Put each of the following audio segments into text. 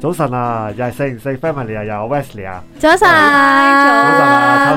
早晨啊，又係四零四 family 啊，又有 Wesley 啊，早晨，早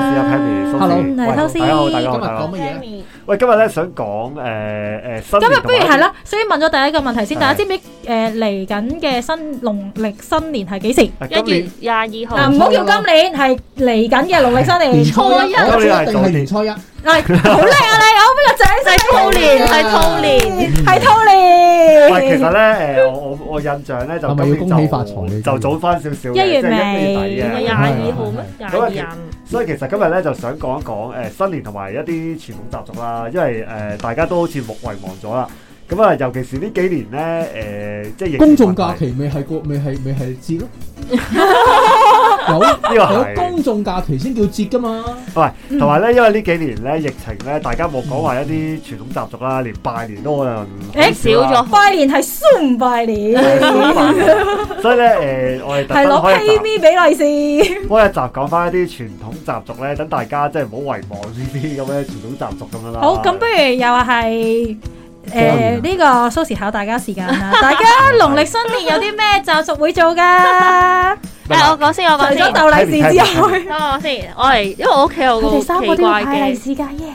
早晨啊，偷晨屎啊 Penny，蘇 Hello，士嚟偷師大家好，大家好，今大日家講好。乜 dạ. 嘢咧？喂，今日咧想講誒誒新今日年不同如埋係啦，所以問咗第一個問題先，係大家知唔知誒嚟緊嘅新農曆新年係幾時？啊今一年月廿二哦嗱，號，唔好叫今年，係嚟緊嘅農 曆新年年。初一，我我哋係一定係年初一，係 係好叻啊你，我邊個仔係細兔年，係兔 年，係兔年。嗯喂，其實咧誒，我我我印象咧就係咪今要年恭喜就發財你就早翻少少嘅，一月即係一尾月唔係底廿嘅。二號咩？廿二廿五，所以其實今日咧就想講一講誒、呃新年同埋一啲傳統習俗啦，因為誒、呃大家都好似目遺忘咗啦。咁啊，尤其是呢幾年咧，誒、呃、即係疫情公問眾題假期未係個未係未係節咯，有呢個有係公眾假期先叫節噶嘛？嗯同埋咧，因為呢幾年咧疫情咧，大家冇講話一啲傳統習俗啦，連拜年都可能嗯誒少啦少拜年係 Zoom 拜 年，所以咧誒、我哋特係登攞開一 P 集， V 俾利是。開一集講翻一啲傳統習俗咧，等大家即係唔好遺忘呢啲咁嘅傳統習俗咁樣啦。好，咁不如又係。誒呢個 Sosze 考大家時間啦，大家農曆新年有啲咩習俗會做噶？誒，我講先，我除講咗先，鬥利是之外，等我先，我係因為我屋企有個奇怪嘅，是㗎耶！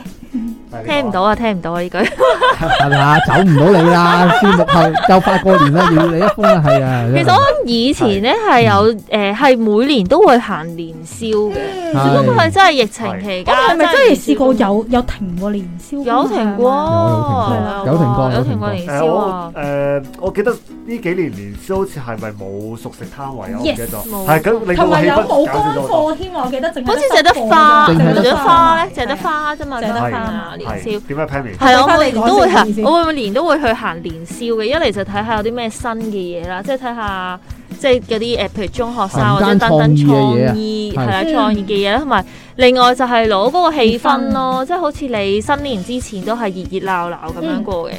聽唔到啊，聽唔到啊呢句，係咪啊？走唔到你啦，先幕後又快過年啦，要你一封啦，係啊。其實我以前咧係有誒，係每年都會行年宵嘅，只不過係真係疫情期間，我係咪真係試過有有停過年宵？有停過？有有停過有停過年誒宵我啊！誒，我記得呢幾年年宵好似係咪冇熟食攤位啊？我唔記得 Yes，咗，冇係咁令到同個埋氣有氛冇搞乾少咗好多。貨添啊？我記得淨好似淨得花，淨係淨得得花咧，淨得花啫嘛，淨得啊花年宵係。點解 Pammy？係啊，我每你年講都會先你行，先我每年都會去行年宵嘅。一嚟就睇下有啲咩新嘅嘢啦，即係睇下即係嗰啲誒，呃譬如中學生或者民間等等創意創意嘅嘢啊係啦，係創意嘅嘢啦，同埋另外就係攞嗰個氣氛咯，即係好似你新年之前都係熱熱鬧鬧咁樣過嘅。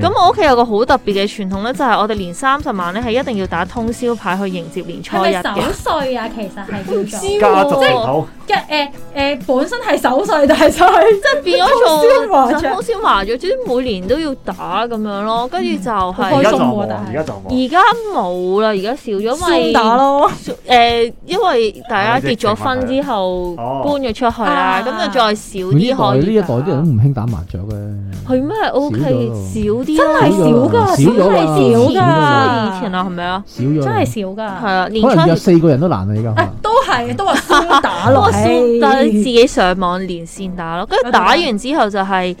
咁我屋企有個好特別嘅傳統咧，就係我哋年三十晚咧係一定要打通宵牌去迎接年初係一咪嘅。守歲啊？其實係叫做 家族情好，嘅誒誒，本身係守歲，但係就係即係變咗通宵麻做雀就通宵麻雀，總之每年都要打咁樣咯。跟住就好係而開家心啊就喎冇，但係而家就冇。而家冇啦，而家少咗，因鬆為打咯。誒、因為大家結咗婚之後搬哦咗出去啦，啊咁、就再少呢一啲可代以打。呢一代啲人都唔興打麻雀嘅。係咩？O K，少咗咯少啲真係少㗎，少咗少啦係少少㗎，以前啊，係咪啊？少咗，真係少係㗎，啊，年可能約初四個人都難啊！而家可誒能哎都係 都話鬆打哎我落先但自去，己上網連線打咯，跟住打完之後就係、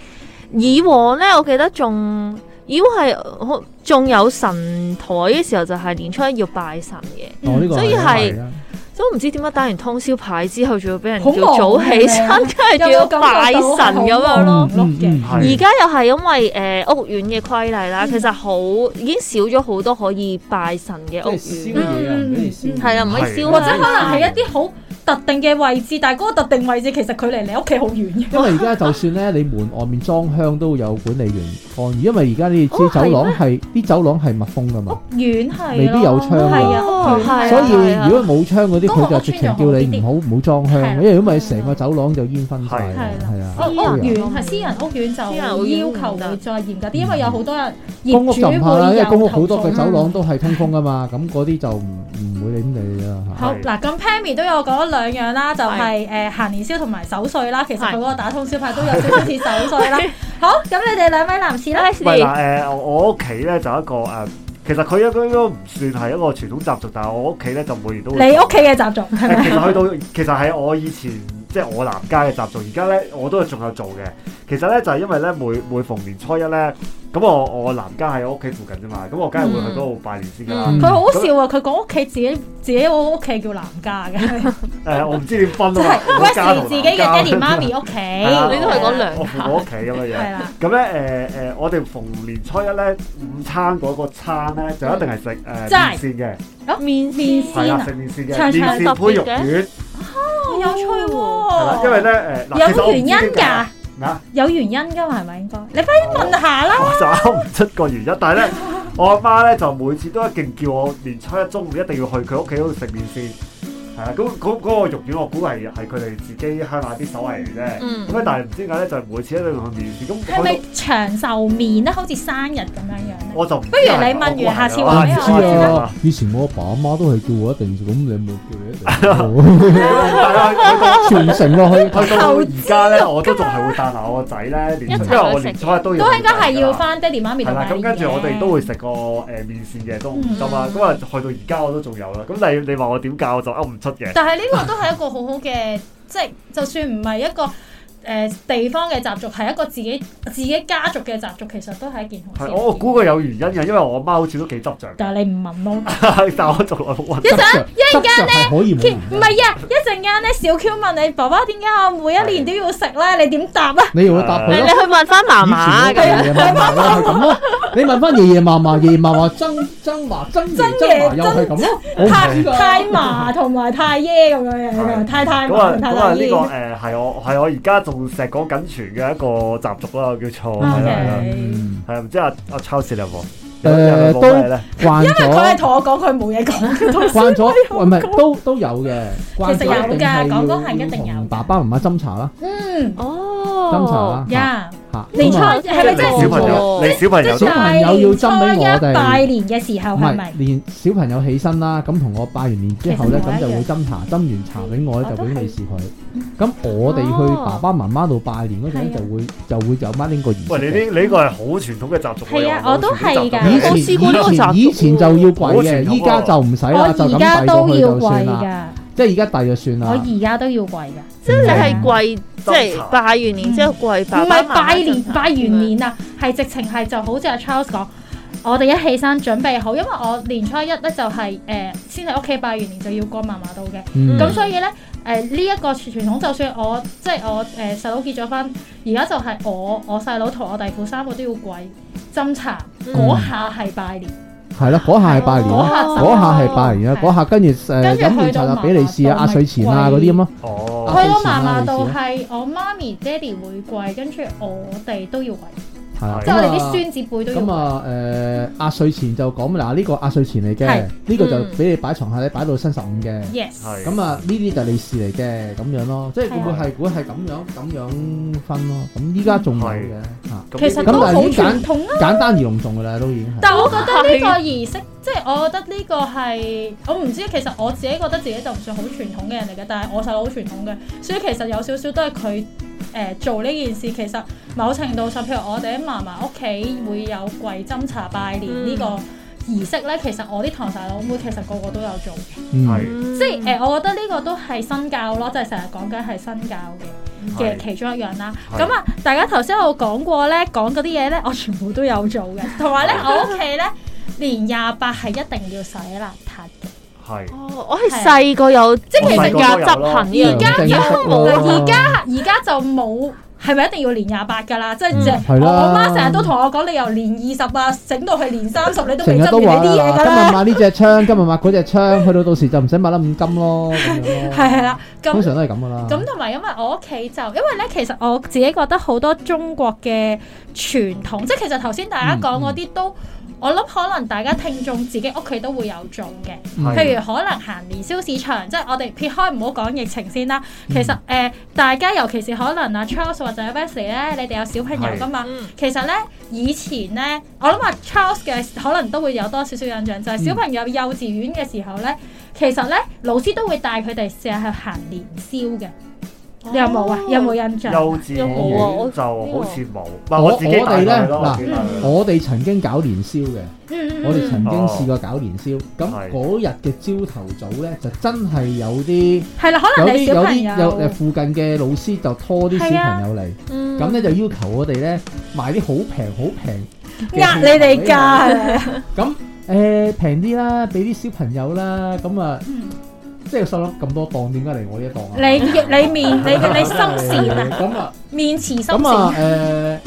以往咧，我記得仲以往係好仲有神台嘅時候，就係年初一要拜神嘅。哦呢個所以係係啊都唔知點解打完通宵牌之後，仲要俾人好叫忙啊早起身，係跟住仲要拜神咁樣咯。碌嘅嗯嗯係而家又係因為誒、呃屋苑嘅規例嗯啦，其實好已經少咗好多可以拜神嘅即屋係苑宵，夜啊，唔俾你宵夜係啦，唔可以燒啊或或者可能係一啲好特定嘅位置，但係嗰個特定位置其實距離你屋企好遠嘅。因為而家就算咧，你門外面裝香都有管理員干預，因為而家呢哦啲走廊係啲走廊係密封噶嘛，屋苑係咯未必有窗㗎係啊，屋苑係啊所以係啊如果冇窗嗰嗰個啲，佢就屋直村情叫你唔好唔好裝香係啊，哦因為因為成個走廊就煙燻晒，係啦係啊，屋屋苑係私私人人屋苑就私人屋苑要唔得求會再嚴格啲，因為有好多人公屋業主就唔怕啦，因會為有公屋好多嘅投訴走廊都係通風噶嘛，咁嗰啲就唔唔會理你啦嚇。好嗱，咁 Pammy 都有講兩樣啦，就係係誒行年宵同埋守歲啦。其實係佢嗰個打通宵牌都有少少似守 歲啦。好，咁你哋兩位男士咧，唔係嗱誒，我我屋企咧就一個誒，其實佢應該應該唔算係一個傳統習俗，但係我屋企咧就每年都會你屋企嘅習俗誒係咪？其實去到其實係我以前即係我男家嘅習俗，而家咧我都仲有做嘅。其實咧就係、因為咧每每逢年初一咧，咁我我男家喺我屋企附近啫嘛，咁我梗係會去嗰度拜年先㗎啦。誒、嗯佢好笑啊！佢講屋企自己自己我屋企叫男家嘅，我唔知點分即啊嘛係，我嗯家 Wesley 同自己男嘅家爹哋媽咪啊屋企，係啦你都係講兩我父母屋企咁嘅樣。係啦，咁咧誒誒，我哋逢年初一咧午餐嗰個餐咧就一定係食誒齋麵線嘅，面哦面係先啦啊，食麵哦線嘅長麵長線特配別肉嘅丸哦有趣係啦喎，，因為咧誒嗱，其實有我唔原知因點解㗎，啊嗱。有原因㗎嘛係咪應該？你快啲問下啦，我就啱唔出個原因，但係咧，我阿媽咧就每次都一定叫我年初一中午一定要去佢屋企嗰度食麵線。係啦，咁嗰嗰個肉丸我估係係佢哋自己鄉下啲手藝嚟啫。嗯咁咧，但係唔知點解咧，就係每次喺度同佢面試，係咪咁長壽面啊咧？好似生日咁樣樣咧？我就不如你問完下次話俾唔我知知啊，以前我阿爸阿媽都係叫我一定做，咁你有冇叫你一定啊做？傳承落去，去 到而家咧，我都仲係會帶埋我個仔咧，年初因為我年初一都要都應該係要去翻爹哋媽咪㗎啦。係啦，同埋。咁跟住我哋都會食個誒面線嘅都唔得啦。咁啊，去到而家我都仲有啦。咁你你話我點教我就噏唔出嘅。但係呢個都係一個好好嘅，即係就算唔係一個誒、呃地方嘅習俗，係一個自己自己家族嘅習俗，其實都係一件好事係嚟嘅。我我估佢有原因嘅，因為我媽好似都幾執着，但係你唔問咯。但我從來冇揾。一陣一陣間咧 可以冇唔係啊！一陣間咧，小 Q 問你爸爸點解我每一年都要食咧？你點答啊？你要答你佢你咯。去問翻以前嫲嫲我咁樣。爺爺嫲嫲啦，係咁咯。你問翻爺爺嫲嫲，爺爺嫲嫲爭爭嫲爭爺爭嫲又係咁咯。我唔太知㗎太嫲同埋太爺咁樣係樣，太太嫲咁啊，同咁太啊，太呢個爺。誒係我係我而家仲成日講緊傳嘅一個習俗啦，叫做係啦係啦，Ừ. OK 嗯係啊唔知阿阿 Charles 你有冇？誒誒都都咧，慣因為佢係咗，同我講佢冇嘢講，同慣咗，喂唔係都都有嘅。慣其實咗有㗎一定係講講係一定有要同爸爸媽媽斟茶啦，嗯斟茶哦啦，呀，嚇。年初咁啊係咪你真小朋友，係你小朋嗯即友都係小大 朋友年要初斟俾我一哋拜年嘅時候唔係咪係，？連小朋友起身啦，咁同我拜完年之後咧，其實同我咁就一樣會斟茶，斟完茶俾我咧，就俾利是佢。咁我哋去哦爸爸媽媽度拜年嗰陣咧，就會就會有乜拎個儀式喂，嘅。你呢你呢個係好傳統嘅習俗喎。係啊又話我都係㗎傳統習以俗前我試過呢個習俗以前以前就要跪我以前有嘅，喎依家就唔使我啦，哎就咁而家遞到都去要就跪算啦。㗎，即係而家遞就算我啦。而家都要跪㗎。即係你係跪，即係拜完年之後跪唔爸係爸媽媽拜年斟茶拜完年啊，係直情係就好似阿 Charles 講，我哋一起身準備好，因為我年初一咧就係、誒、先喺屋企拜完年就要過嫲嫲度嘅，嗯咁、所以咧誒呢一個傳統，就算我即係我誒細佬結咗婚，而家就係我我細佬同我弟婦三個都要跪斟茶，嗯嗰下係拜年，係啦，嗰下係拜年嗰啦，下就嗰下係拜年啦，啊係嗰下跟住誒跟住去到飲完茶就俾利是啊、嫲嫲壓歲錢啊嗰啲咁咯。哦，去到嫲啊嫲你知度啦係我媽咪爹哋會跪，跟住我哋都要跪，係啦，即係我哋咁啊啲孫子輩都要咁跪。啊誒壓歲錢就講嗱呢個壓歲錢嚟係嘅，呢個嗯就俾你擺床下咧，擺到新十五嘅。 Yes，係咁啊，呢啲就利是嚟嘅咁樣咯，即係會唔會係會係咁樣咁樣分咯？咁依家仲有嘅嚇，咁其實呢都個咁但好係已經傳統啊。簡單而隆重噶啦，都已經係。但我覺得呢個儀式，即係我覺得呢個係我唔知，其實我自己覺得自己就唔算好傳統嘅人嚟嘅，但係我細佬好傳統嘅，所以其實有少少都係佢誒做呢件事。其實某程度上，譬如我哋喺嫲嫲屋企會有跪斟茶拜年呢個儀式咧，其實我啲堂細佬妹其實個個都有做嘅，嗯係嗯即係誒、我覺得呢個都係新教咯，即係成日講緊係新教嘅。嘅係其中一樣啦。係咁啊，大家頭先我講過咧，講嗰啲嘢咧，我 全部都有做嘅。同 埋咧，我屋企咧，年廿八係一定要洗邋遢嘅。係哦，我係細個有即係係教執行呢樣而家嘢，正式嗱，喎而家而家就冇。係咪一定要年廿八㗎啦？即係即係嗯係我啦我媽成日都同我講，你由年二十啊，整到去年三十，你都成未日執都話完你啲嘢啦，㗎今日啦。買呢只槍，今日買嗰只槍，去到到時就唔使買得 咁金咯，咁樣咯。係係啦，咁通常都係咁噶啦。咁同埋因為我屋企就因為咧，其實我自己覺得好多中國嘅傳統，即係其實頭先大家講嗰啲都，我諗可能大家聽眾自己屋企都會有做嘅。係譬如可能行年宵市場，即係我哋撇開唔好講疫情先啦。其實誒、呃大家尤其是可能啊 Charles 或者 Wesley 咧，你哋有小朋友噶嘛？嗯其實咧，以前咧，我諗啊 Charles 嘅可能都會有多少少印象，就係、小朋友幼稚園嘅時候咧，其實咧老師都會帶佢哋成日去行年宵嘅。你有冇啊？有冇印象？幼稚啊園就好似冇，唔係我自己我哋呢帶咯我自己帶嗱咯我哋曾經搞年宵嘅，嗯嗯我哋曾嗯，經試過搞年宵。係咁嗰日嘅朝頭早咧，就真係有啲係啦，可有能啲你小有朋啲有誒友附近嘅老師就拖啲小係啊朋友嚟，嗯咁咧就要求我哋咧賣啲好平好平嘅呃你哋㗎，票係俾咪啊我哋。誒平啲啦，俾啲小朋友啦，咁啊嗯即係心諗咁多檔，點解嚟我呢一檔啊？你你面你嘅你心善啊！咁啊，面慈心咁啊，善，誒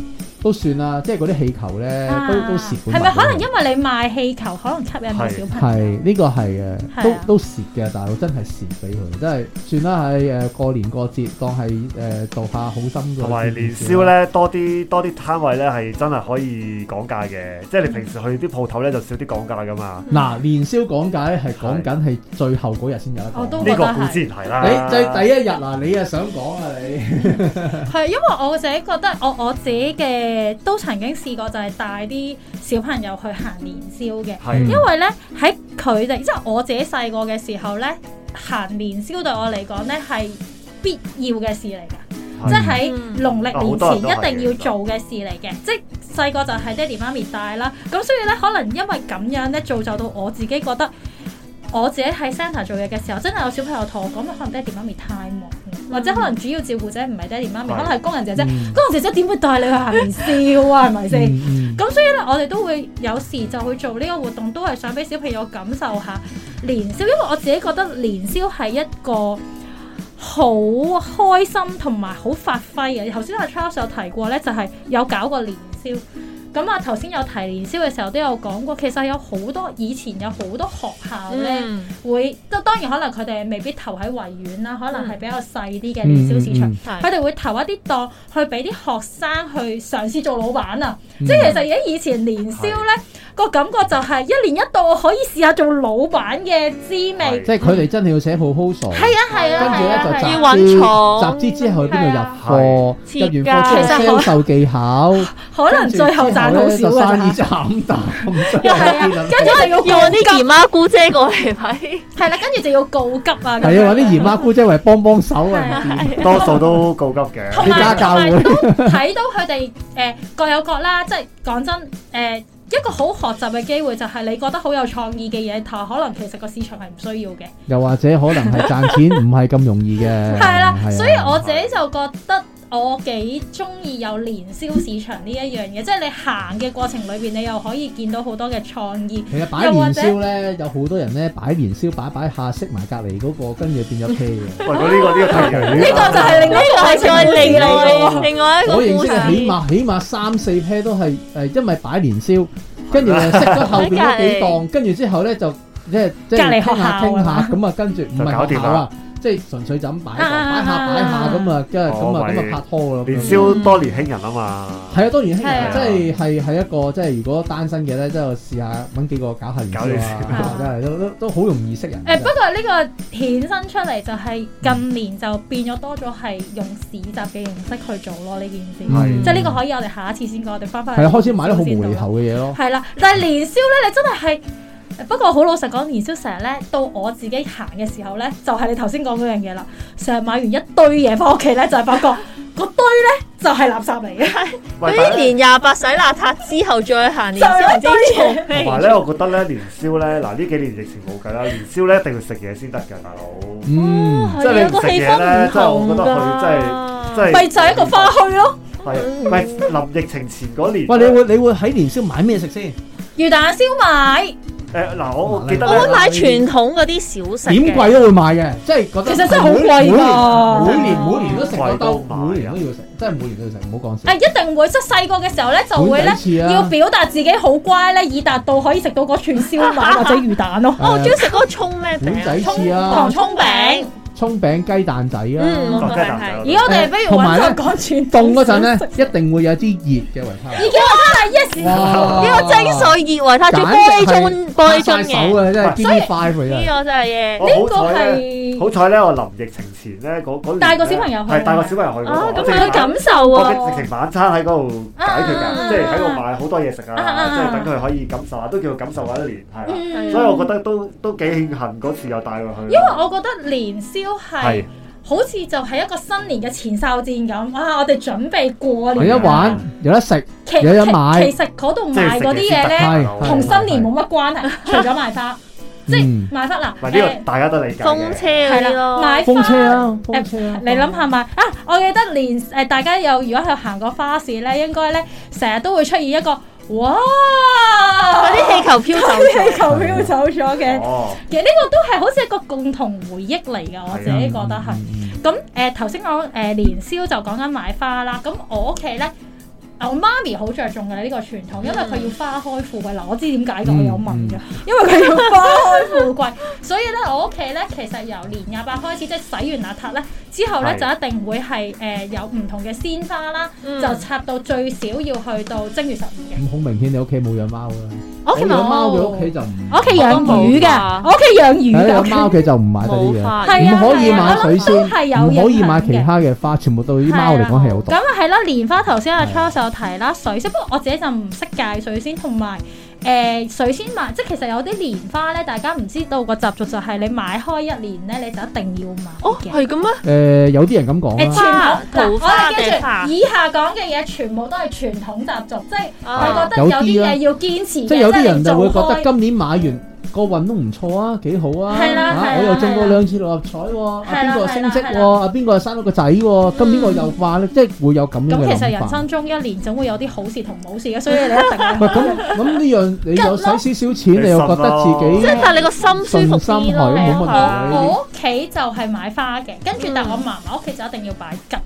都算啦，即係嗰啲氣球咧啊都都蝕本賣俾佢。係咪可能因為你賣氣球，可能吸引到小朋友？係呢個係係嘅，都啊都蝕嘅，大佬真係蝕俾佢，真係算啦，係誒過年過節當係誒度下好心嘅。同埋年宵，咧多啲多啲攤位咧係真係可以講價嘅，即係你平時去啲鋪頭咧就少啲講價噶嘛。嗱年宵講解咧係講緊係最後嗰日先有得我都講。呢個固之然係啦。你最第一日嗱，你啊想講啊你，係因為我自己覺得我我自己嘅都曾經試過，就係帶啲小朋友去行年宵嘅。係因為咧喺佢哋，即係我自己細個嘅時候咧，行年宵對我嚟講咧係必要嘅事嚟係㗎，即係喺農曆嗯嗯好多人都係年前一定要做嘅事嚟嘅。即係細個就係爹哋媽咪帶啦，咁所以咧可能因為咁樣咧，造就到我自己覺得。我自己喺 centre 做嘢嘅時候，真係有小朋友同我講，可能爹哋媽咪太忙，或者可能主要照顧者唔係爹哋媽咪，係可能係工人姐姐。嗯工人姐姐點會帶你去行年宵啊？係咪先？嗯咁所以咧，我哋都會有時就去做呢個活動，都係想俾小朋友感受下年宵，因為我自己覺得年宵係一個好開心同埋好發揮嘅。頭先阿 Charles 有提過咧，就係、有搞過年宵。咁啊，頭先有提年宵嘅時候都有講過，其實有好多以前有好多學校咧。嗯，會，即當然可能佢哋未必投喺維園啦，可能係比較細啲嘅年宵市場，嗯係佢哋會投一啲檔去俾啲學生去嘗試做老闆啊！即係其實而家以前年宵咧個感覺就係一年一度我可以試下做老闆嘅滋味，即係佢哋真係要寫 proposal，係啊係跟啊住係咧啊就係要啊！集搵廠資，集資之後去邊度係啊入貨，設入完貨計之後銷售技巧， 可能最後賺好跟少住之後咧就生意嘅咋。慘淡，又係啊，跟住就要要告揾啲急，姨媽姑姐過嚟睇，係啦，跟住就要告急啊！係啊，揾啲姨媽姑姐嚟幫幫手 啊，唔掂多數都告急嘅。同呢家埋同教會埋都睇到佢哋誒各有各啦，即係講真誒、呃一個好學習嘅機會就係你覺得好有創意嘅嘢，但可能其實個市場係唔需要嘅，又或者可能係賺錢唔係咁容易嘅，係啦、啊所以我自己就覺得。我幾中意有年宵市場呢一樣嘢，即係你行嘅過程裏邊，你又可以見到好多嘅創意。其實擺年宵咧，有好多人咧擺年宵擺擺下，識埋隔離嗰個，跟住變咗 K 嘅。喂，佢呢個呢個太陽呢個就係另呢外一個個係再故事另嚟嘅喎外另外一個我認故識事，嘅起碼起碼三四 pair 都係誒，因為擺 年宵，跟住就識咗後邊嗰幾檔，跟住之後咧就即係即隔係離學校傾下傾 下，啊咁啊跟住唔就搞係掂學啦校啊，即係純粹就咁擺檔啊擺下擺下咁啊，跟住咁啊哦咁啊咪拍拖啦。年宵多年輕人啊嘛，係啊，當然興係啊啊，即係係係一個即係如果單身嘅咧，即係試下揾幾個搞下年搞宵掂啊，真係都都都好容易識人誒、嘅。不過呢個衍生出嚟就係近年就變咗多咗係用市集嘅形式去做咯呢件事。係即係呢個可以我哋下一次先講，我哋翻返去嗯係啊，開始買啲好無厘先到啦。頭嘅嘢咯。係啦，但係年宵咧，你真係係不過好老實講，年宵成日咧到我自己行嘅時候咧，就係、你頭先講嗰樣嘢啦。成日買完一堆嘢翻屋企咧，就係、發覺 嗰堆咧就係、垃圾嚟 嘅。喂但嗰啲係年廿八洗邋遢之後再行年宵，唔知做咩同埋咧，我覺得咧年宵咧，嗱呢幾年疫情冇計啦，年宵咧一定要食嘢先得㗎，大佬。嗯。哦即係你唔食嘢咧，即係我覺得佢 à. 真係係真係咪就係一個花墟 咯，係咪臨疫情前嗰年？喂，你會你會喺年宵買咩食先？魚蛋燒賣，誒嗱，我我記得我會咧，買傳統嗰啲小食嘅，點貴都會買嘅，即係覺得其實真係好貴㗎每年每年每年都食個兜，貴到買每年都要食，真係每年都要食，唔好講誒、笑。哎一定會即係細個嘅時候咧就會咧每。次啊要表達自己好乖咧，以達到可以食到嗰串燒 賣或者魚蛋咯。哦我中意食嗰個葱咩碗仔餅，翅糖啊，葱餅。葱餅雞蛋仔嗯，啊，我覺得嗯係。而家我哋不如同埋揾呢個講傳凍統嗰陣咧一定會有啲熱嘅維他奶已經話真係 yes。哇呢個蒸水熱維他，仲要玻璃樽玻璃樽乾手嘅，啊，真係 B B five 呢嚟啊！個真係嘢。我呢個好彩咧，係好彩咧，我臨疫情前咧嗰嗰年呢帶個小朋友去係帶個小朋友去嗰啊咁個，佢即佢係感受我啊嘅直。情晚餐喺嗰度解決㗎，即係喺度買好多嘢食啊啊啊，啊即係等佢可以感受下，都叫佢感受下一年係啦。嗯所以我覺得都都幾慶幸嗰次有帶佢去，因因為我覺得年宵係係好似就係一個新年嘅前哨戰咁啊！我哋準備過有年得啦，啊玩，有得食，其有得其買其實嗰度即係食賣嗰先啲嘢得咧，係係同新年冇乜關 係，除咗賣花，即嗯係賣花嗱嗱呢誒個大家都理解風嘅車。嗰係啲啦，咯，買風花車啊，風車啊，你諗下咪啊！我記得連誒、大家有如果係行過花市咧，應該咧成日都會出現一個 哇嗰啲氣球飄走咗。氣球啊飄走咗嘅。哦，其實呢個都係好似一個共同回憶嚟㗎，我自己覺得係。嗯咁誒頭先講誒年宵就講緊買花啦，咁我屋企咧啊我媽咪好着重嘅呢個傳統，因為佢要花開富貴。嗱，我知點解嘅，嗯我有問嘅， 因為佢要花開富貴，所以咧我屋企咧其實由年廿八開始，即係洗完邋遢咧之後咧就係一定會係誒、呃有唔同嘅鮮花啦，嗯就插到最少要去到正月十五嘅。咁好明顯你屋企冇養貓啦。我哦屋企有冇養貓嘅屋企就唔，我屋企養魚嘅，我屋我企養魚有嘅。貓嘅就唔買得冇啲嘢，係花唔啊可以買係啊我水諗都係有仙，唔可以買影響嘅其他嘅花，全部對於貓嚟講係有毒咁。啊係啦，蓮花頭先阿啊 Charles 有提啦，水仙不過我自己就唔識戒水仙，同埋誒水仙買，即係其實有啲蓮花咧，大家唔知道個習俗就係你買開一年咧，你就一定要買哦，嘅。係咁咩？誒，有啲人咁講啊誒啊啦，傳統嗱，桃我花哋跟定花住以下講嘅嘢全部都係傳統習俗，即係啊佢覺得有有啲啲啊嘢要堅持嘅，即係有啲人就會覺得即係你做開今年買完個運都唔錯啊，幾好啊，係啦係啊啦我又中過兩次六合彩喎，啊係啦邊個升職係啦係嗯喎，啊邊個生咗個仔喎，今年我又化咧，即係會有咁樣咁嘅其實諗人法。生中一年總會有啲好事同冇事嘅，所以你一定要唔係咁咁呢樣，你有使少少錢，咯你又覺得自己即係但係你個心舒服啲咯，信心係冇問題係啊呢啲我屋企就係買花嘅，跟住嗯但我媽媽屋企就一定要擺桔，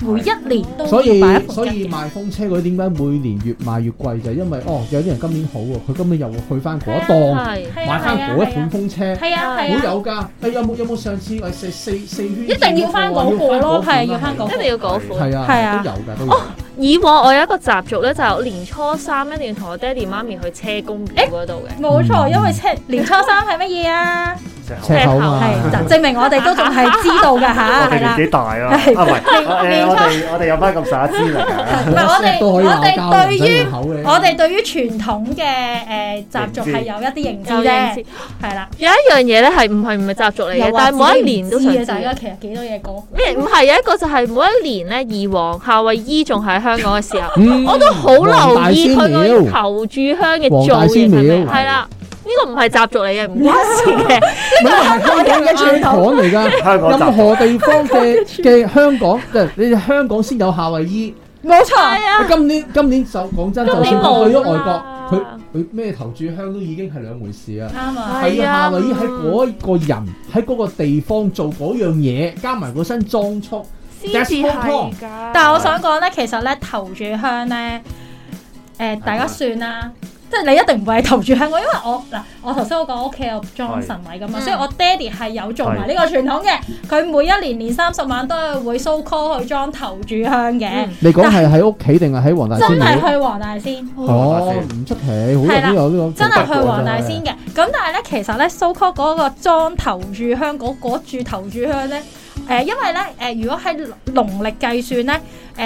每一年都所要擺一以盆所以桔嘅。賣風車嗰啲點解每年越賣越貴就係因為哦有啲人今年好喎，佢今年又會去翻嗰檔係係買啊翻係啊嗰一款風車，係啊好係啊，有㗎。誒有冇有冇上次我四四四圈？一定要翻嗰個咯，係要翻嗰一個定。要嗰款。係係啊，啊都有㗎都有。以往我有一個習俗咧，就係我年初三一定要同我爹哋媽咪去車公廟嗰度嘅。冇錯，因為赤年初三係乜嘢啊？赤口啊係嘛，就證明我哋都仲係知道㗎啊吓， 我係哋啦年。紀大啦，啊唔 係，誒我哋我哋有翻咁上下資歷啊，唔係我哋都可以我鬧交，啊哋對於唔使用口嘅我哋對於傳統嘅誒習俗係有一啲認知有認啫知，係啦。有一樣嘢咧係唔係唔係習俗嚟嘅，但係每一年都知啊想嘅，知大。家其實幾多嘢講。咩？唔係有一個就係每一年咧，以往夏威夷仲喺香港嘅時候，嗯我都好留意佢黃大個仙廟求住香嘅黃造大仙型係廟咩？係啦，呢個唔係習俗嚟嘅，唔關事嘅。呢個係香港嘅傳統嚟㗎。香港任集何地方嘅嘅香港，即係你哋香港先有夏威夷。冇錯，係啊，今年今年就講真，就今算年佢去咗冇外國啦，佢佢咩頭炷香都已經係兩回事啊。啱啊。係係啊啊，夏威夷喺嗰個人喺嗰個地方做嗰樣嘢，加埋嗰身裝束，先至係 That's 㗎。但係我想講咧，其實咧投住香咧，誒、大家算啦，即係你一定唔會係投住香我，因為我嗱我頭先我講屋企有裝神位噶嘛，係所以我爹哋係有做埋呢個傳統嘅，佢每一年年三十晚都係會 so call 去裝投住香嘅，嗯你講係喺屋企定係喺黃大仙真係廟？去黃大仙。哦，唔出奇，好係啦人都有呢個真係去黃大真仙係。嘅，咁但係咧，其實咧，so call 嗰個裝頭柱香嗰嗰柱頭柱香咧，誒、因為咧，誒、如果喺農曆計算咧，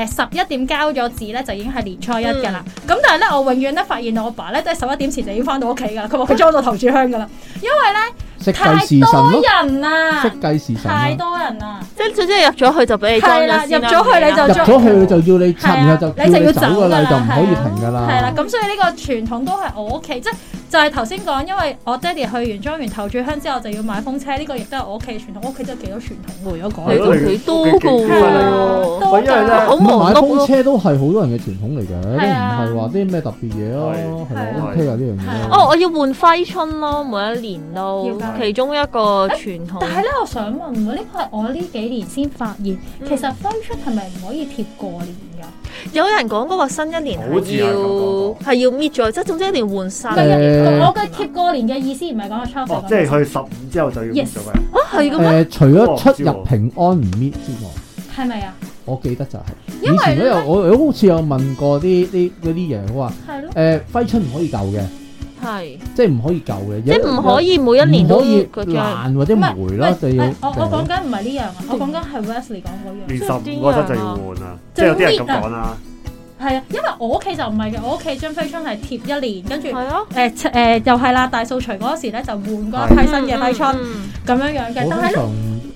誒十一點交咗紙咧，就已經係年初一㗎啦。嗯咁、但係咧，我永遠咧發現我爸咧都係十一點前就已經翻到屋企㗎啦，佢話佢裝到頭柱香㗎啦，因為咧識計太嗯時辰咯，多人啦識，計時辰太咯。多人啦，即係總之入咗去就俾你裝係啦咗先啦啊入咗去你就入咗去就要你插，係然啊後就，你叫就你要走走㗎㗎啦，啦，你就唔可係以啊停㗎啦。係啦，咁所以呢個傳統都係我屋企，即係就係頭先講，因為我爹哋去完裝完頭炷香之後就要買風車，呢、個亦都係我屋企嘅傳統。我屋企真係幾多傳統喎，如果係你咯都講幾多㗎喎。喂因為咧好唔係忙買碌咯風。車都係好多人嘅傳統嚟嘅，都唔係啊係話啲咩特別嘢咯，係係啊係 OK 啊呢樣係啊嘢。哦，我要換揮春咯，每一年都要㗎其中一個傳統但。係咧，我想問喎，呢個係我呢幾年先發現，嗯其實揮春係咪唔可以貼過年㗎？有人講嗰個新一年好似係係要咁講過係要搣咗，即係總之一定要換唔新。啊係誒我嘅貼過年嘅意思唔係講我 c h a r 哦，即係去十五之後就要 Yes 咗嘅，哦係咁啊咩？誒，呃除咗出入平安唔搣之外，係咪啊？我記得就係因為以前都有我好似有問過啲啲嗰啲嘢，佢話係咯，誒揮春唔可以舊嘅，係即係唔可以舊嘅，即係唔可以每一年都唔可以嗰張。爛或者霉啦，就要係我我講緊唔係呢樣啊，我講緊係 Wesley 講嗰樣。年十五嗰陣就要換啦，即係有啲人咁講啦，係啊，因為我屋企就唔係嘅，我屋企張飛春係貼一年，跟住哦係啊，誒誒又係啦，大掃除嗰時咧就換嗰一批新嘅揮春嗯。嗯咁樣樣嘅，但我通係咧常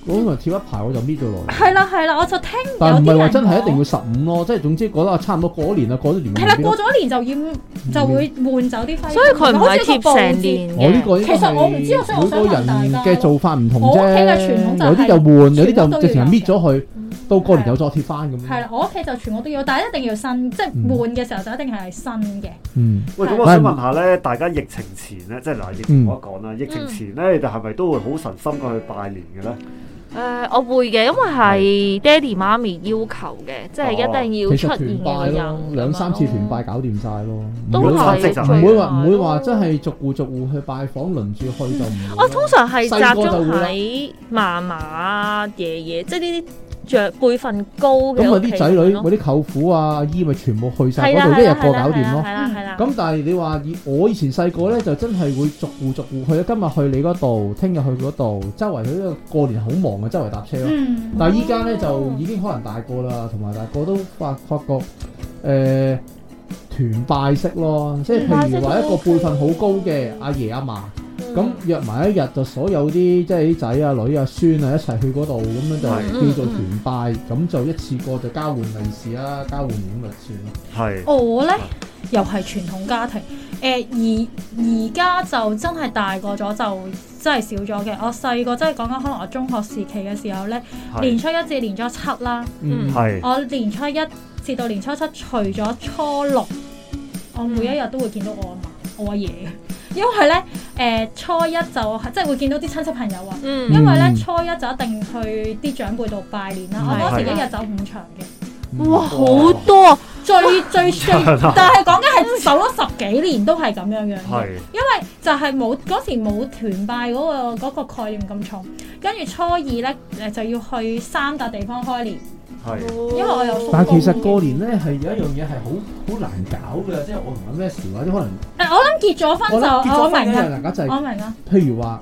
我通常貼一排我就搣咗落嚟，係啦係啦，我就聽有但係唔啲係話人真係一定要講十五咯，即係總之覺得啊差唔多過年啦，過咗年咪係啦，搣咯過咗一年就要就會嗯換走啲揮春，嗯所以佢唔係貼成我呢年嘅。個應該其實我唔知我想每個人嘅做法唔同啫。我屋企嘅傳統就係有啲就換，有啲就直情係搣全咗佢，到過年係啊又再貼翻咁。係啦，我屋企就全部都要，但係一定要新，即係嗯換嘅時候就一定係新嘅。嗯，喂，咁我想問下咧，大家疫情嗯前咧，即係嗱，疫情冇得講啦，疫情前咧，你哋係咪都會好神心咁去拜年嘅咧？誒、誒，我會嘅，因為係爹哋媽咪要求嘅，即係一定要其實出團現嘅拜咯人，，兩三次團拜搞掂晒咯，都唔會話係係唔唔會話唔會話真係逐户逐户去拜訪，輪住去就唔會咯。我哦通常係細集個就中會啦喺嫲嫲啊、爺爺，即係呢啲着輩份高咁嘅我屋啲企仔女人嗰咯。啲舅父啊、阿姨咪全部去晒係啦嗰係度，一日啦過搞掂咯。係啊啦係啦。咁但係你話以我以前細個咧，就真係會逐户逐戶去，今日去你嗰度，聽日去嗰度，周圍去嗰度過年好忙啊嘅，周圍搭車咯。嗯，但係依家咧就已經可能大個啦，同埋大個都發發覺誒、呃、團拜式咯，即係譬如話一個輩分好高嘅阿爺阿嫲。咁約埋一日就所有啲即係啲仔啊、女啊、孫啊一齊去嗰度，咁樣就係叫做團拜，咁就一次過就交換利是啦，交換年咪算咯。係哦我咧又係傳統家庭，誒而而家就真係大個咗就真係少咗嘅。我細個真係講緊可能我中學時期嘅時候咧，年係初一至年初七啦，嗯係我年初一至到年初七，除咗初六，我每一日都會見到我阿嫲、我阿爺，嗯因為咧誒、初一就即係會見到啲親戚朋友啊。嗯因為咧嗯初一就一定去啲長輩度拜年啦，係我當時一日走五場嘅，嗯哇，好多啊最 最最係，但係講緊係走咗十幾年都係咁樣樣嘅， 係因為就係冇嗰時冇團拜嗰、個嗰個概念咁重，跟住初二咧誒就要去三笪地方開年，係因為我有但係其實過年咧係有一樣嘢係好好難搞嘅，即係我同阿 Mes 或者可能誒我諗結咗婚我諗結就我咗婚明咧，啊，大家就我係明啊，譬如話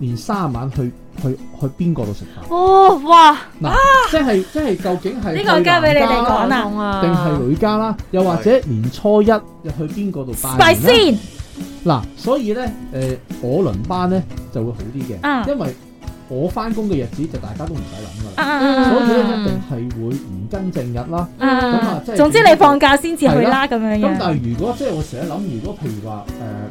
年卅晚去去去邊個度食飯，哦，哇，即係即係究竟係啊呢個交俾你哋講啦痛啊！定係女家啦，又或者年初一又去邊個度拜拜年呢先嗱，所以咧，誒、我輪班咧就會好啲嘅，啊因為我翻工嘅日子就大家都唔使諗噶啦，啊啊所以咧嗯一定係會唔跟正日啦。啊咁啊啊，即係總之你放假先至去啦咁樣咁樣，但係如果即係我成日諗，如果譬如話誒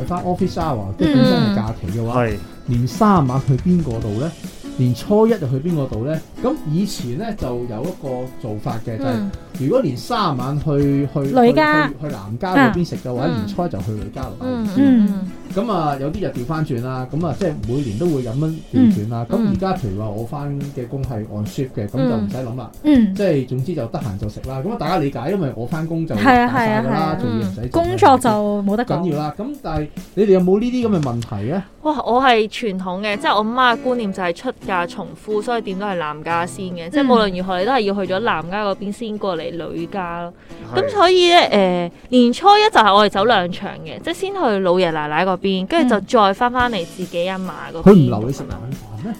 係翻 office hour，即係本身嗯係假期嘅話，係年三晚去邊個度咧？年初一就去邊個度咧？咁以前咧就有一個做法嘅，就係、嗯如果年三晚去去女家去去去男家嗰邊食嘅話，嗯年初一就去女家度拜年嗯先。嗯咁啊，有啲就調翻轉啦，咁啊，即係每年都會咁樣調轉啦。咁嗯而家譬如話我翻嘅工係 on shift 嘅，咁就唔使諗啦。嗯，即係總之就得閒就食啦。咁啊，大家理解，因為我翻工就係啊大晒㗎係啊係啦啊，做嘢唔使工作就冇得緊講，要啦。咁但係你哋有冇呢啲咁嘅問題咧？哇！我係傳統嗯嘅，即係我媽嘅觀念就係出嫁從夫，所以點都係男家先嘅，即係嗯無論如何你都係要去咗男家嗰邊先過嚟女家咯。咁所以咧，誒、年初一就係我哋走兩場嘅，即係先去老爺奶奶嗰邊，跟嗯住就再翻翻嚟自己阿嫲嗰邊。佢唔留你食晚飯咩？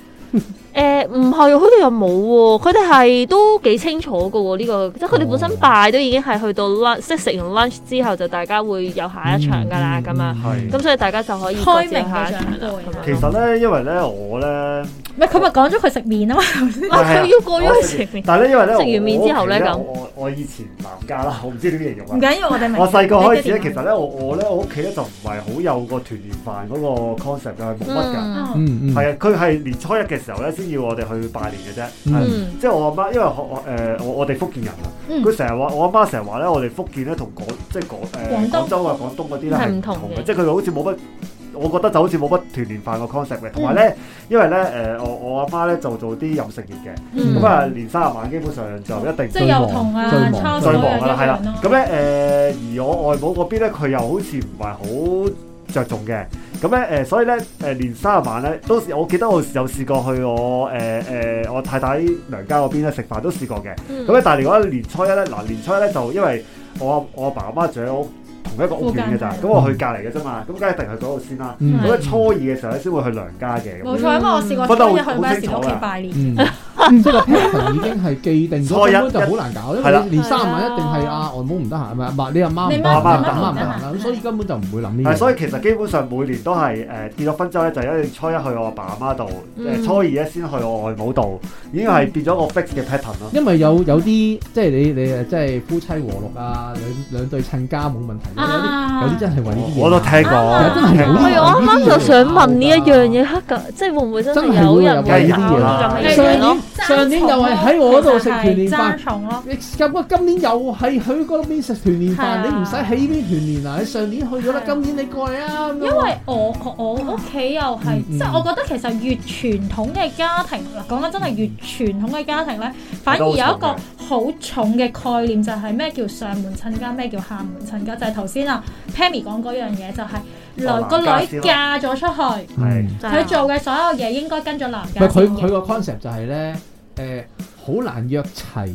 誒唔係，佢哋又冇喎，佢哋係都幾清楚嘅喎呢個，即係佢哋本身拜都已經係去到 lunch，即係食完 lunch 之後就大家會有下一場㗎啦嗯咁樣。係咁所以大家就可以開明各自有下一場啦嘅長輩咁樣其實咧，因為咧我咧， 唔係佢咪講咗佢食麵啊嘛，哇！Dạ. 佢要過咗去食前面，但係咧因為咧食完麵之後咧我咁我我我以前男家啦，我唔知點形容啊唔。緊要我哋明，我細個開始咧，你其爹哋啊實咧，我我咧，我屋企咧就唔係好有個團年飯嗰個 concept 嘅，係冇乜㗎。嗯嗯嗯嗯，係啊，佢係年初一嘅時候咧，先要我哋去拜年嘅啫。嗯係嗯即係我阿媽，因為我誒我我哋福建人啊，嗯佢成日話我阿媽成日話咧，我哋福建咧同廣即係廣誒廣東廣州啊廣東嗰啲咧係係唔唔同同嘅嘅，即係佢哋好似冇乜。我覺得就好似冇乜團年飯個 concept 嘅，同嗯埋咧，因為咧誒、我我阿媽咧就做啲飲食業嘅，嗯咁啊、年三十晚基本上就一定即係又同啊最忙差唔最多忙㗎啦，係樣啦一樣。咁咯，咧誒，而我外母嗰邊咧，佢又好似唔係好着重嘅。咁咧誒，所以咧誒，年卅晚咧，都我記得我有試過去我誒誒、我太太娘家嗰邊咧食飯都試過嘅。嗯咁咧，但係如果年初一咧，嗱年初一咧就因為我我阿爸阿媽住喺屋同一個屋苑嘅咋，附咁近我去隔離嘅啫嘛，咁梗係一定去嗰度先啦。嗯咁咧初二嘅時候咧，先會去娘家嘅。冇錯，因為我試過初一去 West 屋企拜年，嗯，即係個 pattern 已經係既定初咗，一根本就好難搞，因係啦為年三晚一定係阿外母唔得閒，唔係唔係你阿媽唔你得媽閒，唔得閒阿媽唔唔得得閒閒啦，咁所以根本就唔會諗呢係，樣。所以其實基本上每年都係誒、結咗婚之後咧，就一定初一去我爸阿媽度，誒、嗯初二咧先去我外母度，已經係變咗個 fix 嘅 pattern 咯。因為有有啲即係你你誒即係夫妻和睦啊，兩兩對親家冇問題嘅，有啲啊有啲真係為呢啲嘢我都聽有啲嗯係過，好係難我 à? 啱啱就想問呢一樣嘢，黑㗎，即係會唔會真係有人會有真係會有咁嘅樣上樣年咯？即上年又係喺我嗰度食團年飯爭重咯，你咁今年又係去嗰邊食團年係啊飯，你唔使喺呢邊團年啊！你上年去咗啦係，今年你過嚟啊！咁樣因為我我我屋企又係嗯，即嗯係我覺得其實越傳統嘅家庭，嗱講緊真係越傳統嘅家庭咧，反而有一個好重嘅概念就係咩叫上門親家，咩叫下門親家，就係頭先啊 Pammy 講嗰樣嘢，就係哦女個女嫁咗出去，係嗯佢做嘅所有嘢應該跟咗男唔家係佢先嘅佢個 concept 就係咧，誒好難約齊，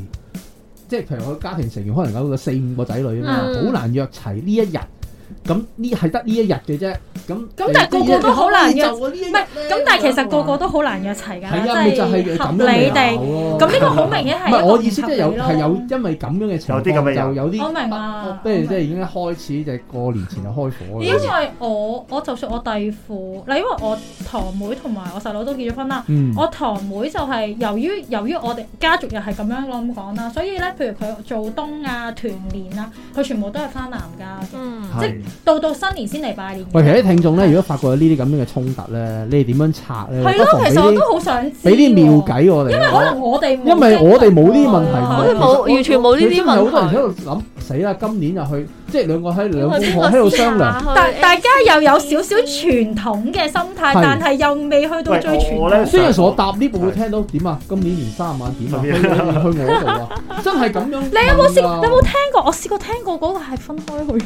即係譬如佢家庭成員可能有個四五個仔女啊嘛，嗯好難約齊呢一日。咁呢係得呢一日嘅啫，咁咁但係個個都好難約唔唔係，咁但係其實個個都好難約齊㗎係啊，咪就啦，即係係合咁理樣地。咁咁呢個好明顯係唔一個係我意思，即係唔有合理咯係有因為咁樣嘅情有啲咁嘅況，人就有啲我明啊不如即我係明已經開始就係過年前就開火啦。因為我我就算我弟父嗱，因為我堂妹同埋我細佬都結咗婚啦。嗯我堂妹就係由於由於我哋家族又係咁樣咁講啦，所以咧，譬如佢做冬啊、團年啊，佢全部都係翻南家嘅，嗯，即係係到到新年先嚟拜年嘅。喂，其實啲聽眾咧，如果發覺有呢啲咁樣嘅衝突咧，你哋點樣拆咧？係不咯，妨其俾實我啲都好想知俾啲妙喎，計我哋。因為可能我哋冇因為我哋冇呢啲問經題歷過問，啊我哋冇完全冇呢啲其實我有好多問題人喺度諗，死啦！今年又去，即係兩個喺邊個兩公邊婆個喺度私商量。下去但大家又有少少傳統嘅心態，係但係又未去到喂最傳我統呢。雖然我搭呢部會聽到點啊，今年年三晚點啊，去去去我度啊，真係咁樣。你你有冇試？你有冇聽過？我試過聽過嗰個係分開去。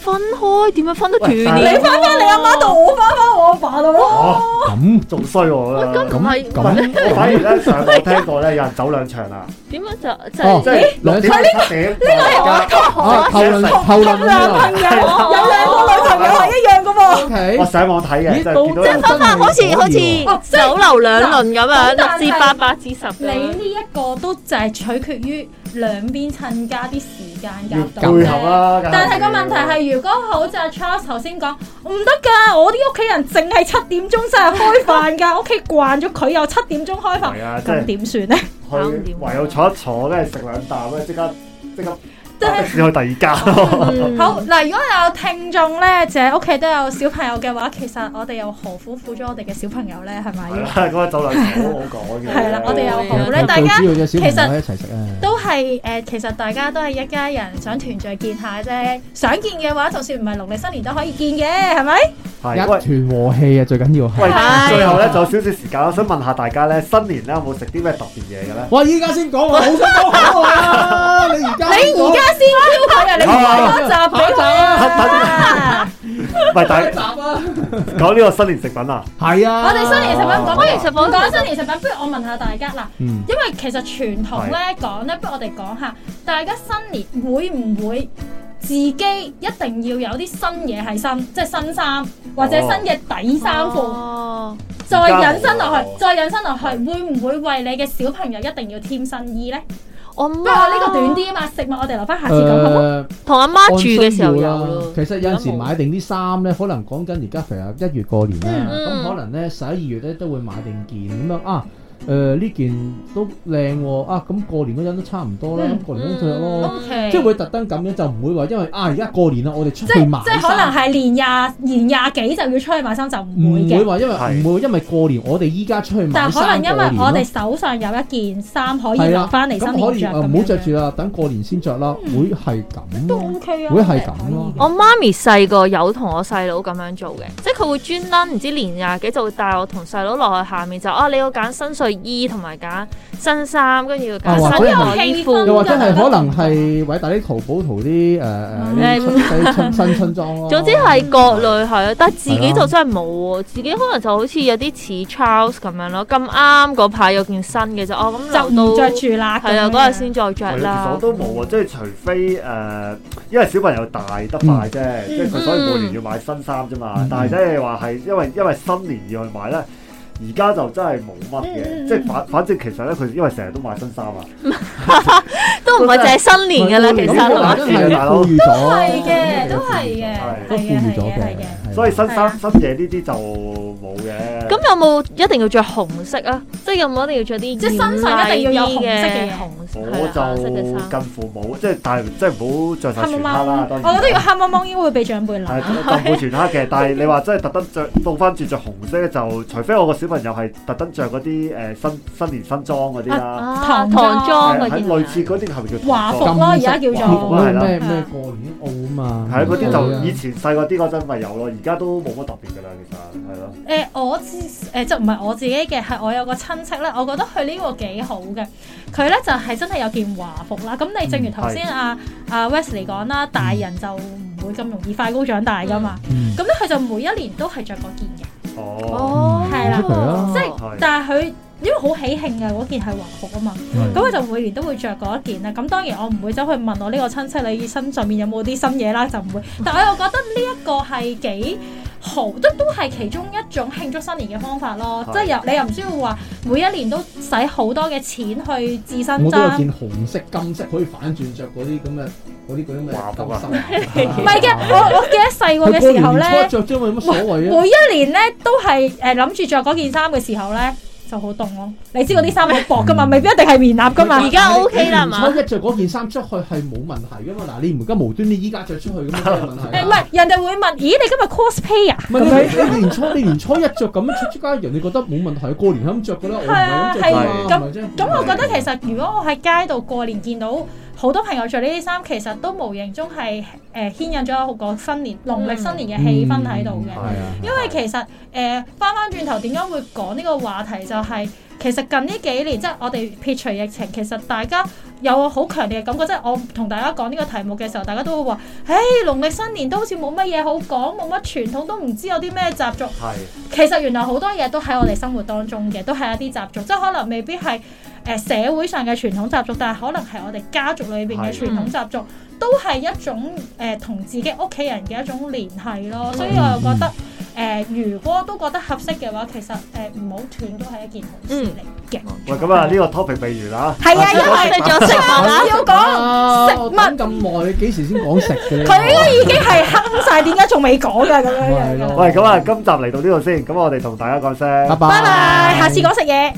分開點樣分得斷喂但啲？係啊你翻返你阿媽度，我翻返我阿爸度咯。哦，咁仲衰我啦。咁咁唔係我咁反而咧上網聽過咧，有人走兩場啦，點樣就就哦即係係六點七點。呢個啊，頭輪頭輪啊友有兩個女朋友係一樣噶喎。 ，O K 我。上網睇嘅，咦真係見到到有人分翻好似好似哦即係酒樓兩輪咁嗱樣，但至係八百至十你呢一個都就係取決於兩邊親家啲時間夾配到要啫合啊啦。梗係但係個問題係，如果好似阿 Charles 頭先講，唔得㗎，我啲屋企人淨係七點鐘先係開飯㗎，屋企慣咗佢又七點鐘開飯，係啊，即咁係點算咧？佢唯有坐一坐，跟住食兩啖，跟住即刻即刻即係搭的士去第二間咯。嗯好嗱，如果有聽眾咧，就係屋企都有小朋友嘅話，其實我哋又何苦苦咗我哋嘅小朋友咧？係咪係？啦， 嗰個走兩場好好講嘅。係啦我哋有好咧最大家主要嘅小朋友一齊食啊。都係誒、呃其實大家都係一家人，想團聚見下啫。想見嘅話，就算唔係農曆新年都可以見嘅，係咪？一係喂。團和氣啊，最緊要係。喂，係最後咧仲有少少時間，我想問下大家咧，新年咧有冇食啲咩特別嘢嘅咧？哇！依家先講我好想講好啊！你而家你而家先 Q 佢啊！你開多集俾佢啊！唔係，但係 集啊！講呢個新年食品啊，係啊！我哋新年食品唔講，不如食品唔講新年食品，不如我問下大家嗱，哦嗯，因為其實傳統咧講咧，不如我哋講下大家新年會唔會自己一定要有啲新嘢係新，即係新衫或哦者新嘅底 Ờ. 衫褲。哦再引申落啊去，再引申落去，會唔會為你嘅小朋友一定要添新衣咧？我不過我呢個短啲，啲啊嘛，食物我哋留翻下次講好唔好？誒，同阿媽住嘅時候有按需要咯啦。嗯其實有陣時買而家冇定啲衫咧，可能講緊而家譬如一月過年啦，嗯咁可能咧十一二月咧都會買定件咁樣啊。誒呢件都靚喎，啊咁過年嗰陣都差唔多啦，嗯過年嗰陣着嗯咯， OK 即係會特登咁樣，就唔會話因為啊而家過年啦，我哋出即去買即係可能衫，係年廿年廿幾就要出去買衫就唔會唔會嘅，話因為啊係唔會因為過年我哋依家出去買但係衫可能因為我過年咯哋手上有一件衫可以係留啦，翻嚟新咁可年以着啊咁唔好着住樣啦，等過年先着啦，會係咁都咯。 OK 啊，會係咁咯我媽咪細個有同我細佬咁樣做嘅，即係佢會專登唔知年廿幾就會帶我同細佬落去下面就啊，你要揀新睡衣同埋揀新衫，跟住要啊揀或者新係啊內衣褲。又或者係可能係偉大啲淘寶淘啲誒嗯誒啲春新春裝咯。 總之係國內係啊，但係自己就真係冇喎，自己可能就好似有啲似 Charles 咁樣咯，咁啱嗰排有件新嘅就哦咁就唔留到着住啦，係啊咁樣嗰日先再着其實啦我。都冇啊，即係除非誒，因為小朋友大得快嗯啫，即係佢所以每年要買新衫啫嘛嗯。但係即係話係因為因為新年要去買咧。而家就真係冇乜嘅，嗯即係反反正其實咧，佢因為成日都買新衫啊，都唔係淨係新年嘅啦，其咁實都可係係能真係富裕咗，都係嘅，都係嘅，係係都嘅富裕咗係嘅，係嘅。嘅。所以係新係啊衫新嘢呢啲就冇冇嘅。咁有冇一定要着紅色啊？即係有冇一定要着啲即係身上一定要有紅色嘅嘢紅色我就啊嘅衫？近乎冇，即係但係即係唔好着晒黑全掹黑啦。當然掹，我覺得如果黑掹掹應該會俾長輩鬧。係就冇全黑嘅，但係你話真係特登着倒翻轉着紅色咧，就除非我個小朋友係特登着嗰啲誒新新年新裝嗰啲啦，啊唐唐係裝嗰啊係啲類似嗰啲係咪叫華唐服裝？咯而家叫做係啦咩咩過年澳啊嘛，係嗰啲係啊就以前細個啲嗰陣咪有咯，而家都冇乜特別㗎啦，其實係咯。誒、我自誒、就唔係我自己嘅，係我有個親戚咧，我覺得佢呢個幾好嘅。佢咧就係、真係有件華服啦。咁你正如頭先嗯阿阿 Wesley 講啦，大人就唔會咁容易快高長大噶嘛。嗯咁咧佢就每一年都係着嗰件嘅，哦，哦，係啦即係係但係佢因為好喜慶嘅嗰件係華服啊嘛，係咁佢就每年都會着嗰一件啦。咁當然我唔會走去問我呢個親戚你身上面有冇啲新嘢啦，就 唔會。但我又覺得呢一個係幾好，都都係其中一種慶祝新年嘅方法咯。係即係又你又唔需要話每一年都使好多嘅錢去自身我都有爭。件紅色、金色可以反轉着嗰啲咁嘅嗰啲嗰啲咩華服啊金唔係嘅，我我記得細個佢嘅過時年候初一咧，着啫嘛，有乜所謂啊？每一年咧都係誒諗住着嗰件衫嘅時候咧。就好凍咯，你知嗰啲衫好薄噶嗯嘛，未必一定係棉衲噶嘛。而家 OK 啦係嘛年初一着嗰件衫出去係冇問題噶嘛，嗱你唔而家無端端依家着出去咁有問誒題啊。唔係，人哋會問，咦你今日 cosplay 啊？唔係你你年初你年初一着咁樣出出街，人哋覺得冇問題，過年係咁着噶啦，我唔係啊係係咁着㗎嘛係咪啫？咁我覺得其實如果我喺街度過年見到好多朋友着呢啲衫，其實都無形中係誒、呃、牽引咗一個新年農曆新年嘅氣氛喺度嗯嘅。嗯係啊，因為其實誒翻翻轉頭點解會講呢個話題就係、其實近呢幾年即係我哋撇除疫情，其實大家有好強烈嘅感覺，即係我同大家講呢個題目嘅時候，大家都會話：，誒農曆新年都好似冇乜嘢好講，冇乜傳統，都唔知有啲咩習俗。係其實原來好多嘢都喺我哋生活當中嘅，都係一啲習俗，即係可能未必係誒、呃社會上嘅傳統習俗，但係可能係我哋家族裏邊係嘅傳統習俗，都係一種誒同、自己屋企人嘅一種聯繫咯。嗯所以我又覺得誒、呃如果都覺得合適嘅話，其實誒唔好斷都係一件好事嚟嗯嘅。喂，咁啊呢個 topic 未完啦，係啊，因我為哋仲有食物啦。要講啊食物我等咁耐，你幾時先講食嘅咧？佢應該已經係坑晒，點解仲未講㗎咁樣樣係㗎？咯喂，咁啊今集嚟到呢度先，咁我哋同大家講聲拜。拜拜，下次講食嘢。